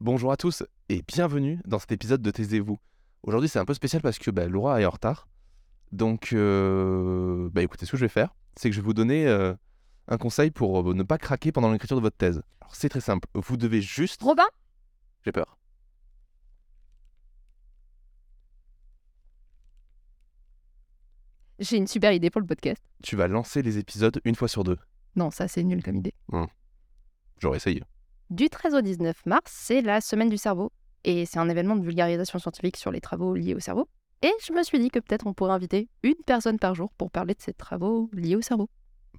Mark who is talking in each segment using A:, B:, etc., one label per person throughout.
A: Bonjour à tous et bienvenue dans cet épisode de Taisez-vous. Aujourd'hui, c'est un peu spécial parce que bah, Laura est en retard. Donc, euh, bah, écoutez, ce que je vais faire, c'est que je vais vous donner euh, un conseil pour euh, ne pas craquer pendant l'écriture de votre thèse. Alors, c'est très simple. Vous devez juste.
B: Robin
A: J'ai peur.
B: J'ai une super idée pour le podcast.
A: Tu vas lancer les épisodes une fois sur deux.
B: Non, ça c'est nul comme idée.
A: J'aurais essayé.
B: Du 13 au 19 mars, c'est la semaine du cerveau. Et c'est un événement de vulgarisation scientifique sur les travaux liés au cerveau. Et je me suis dit que peut-être on pourrait inviter une personne par jour pour parler de ces travaux liés au cerveau.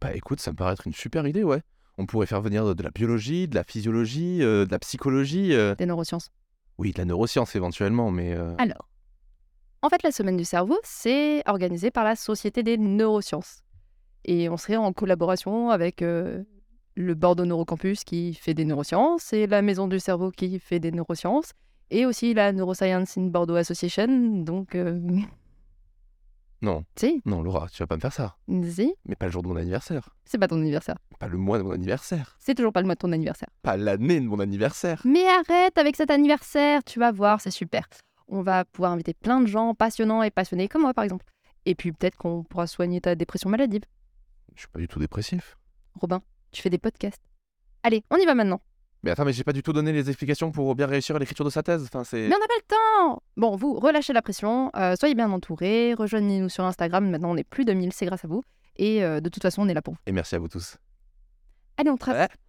A: Bah écoute, ça me paraît être une super idée, ouais. On pourrait faire venir de, de la biologie, de la physiologie, euh, de la psychologie. euh,
B: Des neurosciences.
A: Oui, de la neuroscience éventuellement, mais. euh,
B: Alors, en fait, la semaine du cerveau, c'est organisé par la Société des neurosciences. Et on serait en collaboration avec euh, le Bordeaux Neurocampus qui fait des neurosciences et la Maison du cerveau qui fait des neurosciences et aussi la Neuroscience in Bordeaux Association. Donc, euh,
A: Non,
B: si,
A: non, Laura, tu vas pas me faire ça.
B: si,
A: Mais pas le jour de mon anniversaire.
B: c'est pas ton anniversaire.
A: Pas le mois de mon anniversaire.
B: C'est toujours pas le mois de ton anniversaire.
A: Pas l'année de mon anniversaire.
B: Mais arrête avec cet anniversaire, tu vas voir, c'est super. On va pouvoir inviter plein de gens passionnants et passionnés comme moi par exemple. Et puis peut-être qu'on pourra soigner ta dépression maladive.
A: Je suis pas du tout dépressif.
B: Robin, tu fais des podcasts. Allez, on y va maintenant.
A: Mais attends, mais j'ai pas du tout donné les explications pour bien réussir à l'écriture de sa thèse. Enfin, c'est.
B: Mais on n'a pas le temps Bon, vous, relâchez la pression, euh, soyez bien entourés, rejoignez-nous sur Instagram, maintenant on est plus de 1000, c'est grâce à vous. Et euh, de toute façon, on est là pour vous.
A: Et merci à vous tous.
B: Allez, on trace.
A: Ouais.